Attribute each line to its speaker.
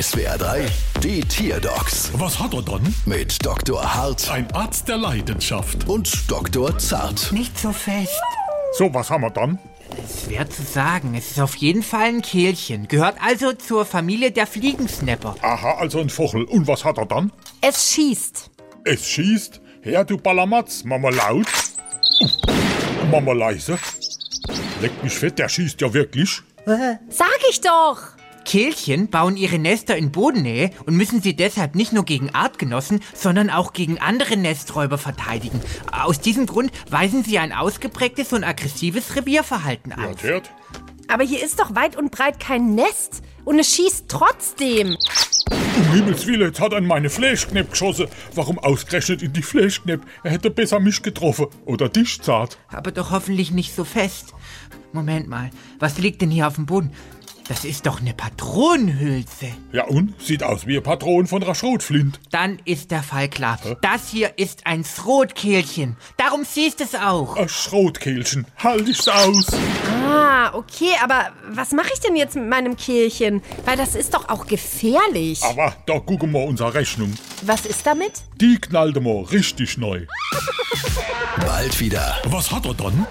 Speaker 1: SWR 3, die Tierdocs
Speaker 2: Was hat er dann?
Speaker 1: mit Dr. Hart
Speaker 2: Ein Arzt der Leidenschaft.
Speaker 1: und Dr. Zart.
Speaker 3: Nicht so fest.
Speaker 2: So, was haben wir dann?
Speaker 3: Schwer zu sagen. Es ist auf jeden Fall ein Kehlchen. Gehört also zur Familie der Fliegensnapper.
Speaker 2: Aha, also ein Vogel. Und was hat er dann?
Speaker 4: Es schießt.
Speaker 2: Es schießt. Her, du Ballermatz. Mama laut. Mama leise. Leck mich fett, der schießt ja wirklich.
Speaker 4: Sag ich doch.
Speaker 3: Kehlchen bauen ihre Nester in Bodennähe und müssen sie deshalb nicht nur gegen Artgenossen, sondern auch gegen andere Nesträuber verteidigen. Aus diesem Grund weisen sie ein ausgeprägtes und aggressives Revierverhalten an.
Speaker 2: Hat hört?
Speaker 4: Aber hier ist doch weit und breit kein Nest. Und es schießt trotzdem.
Speaker 2: Um Himmels Willen, jetzt hat er in meine Fleischknepp geschossen. Warum ausgerechnet in die Fleischknepp? Er hätte besser mich getroffen. Oder dich, Zart.
Speaker 3: Aber doch hoffentlich nicht so fest. Moment mal, was liegt denn hier auf dem Boden? Das ist doch eine Patronenhülse.
Speaker 2: Ja und? Sieht aus wie ein Patron von einer Schrotflint.
Speaker 3: Dann ist der Fall klar. Das hier ist ein Schrotkehlchen. Darum siehst es auch.
Speaker 2: Ein Schrotkehlchen. Halt ich's aus.
Speaker 4: Ah, okay, aber was mache ich denn jetzt mit meinem Kehlchen? Weil das ist doch auch gefährlich.
Speaker 2: Aber da gucken wir unsere Rechnung.
Speaker 4: Was ist damit?
Speaker 2: Die knallte mal richtig neu.
Speaker 1: Bald wieder.
Speaker 2: Was hat er dann?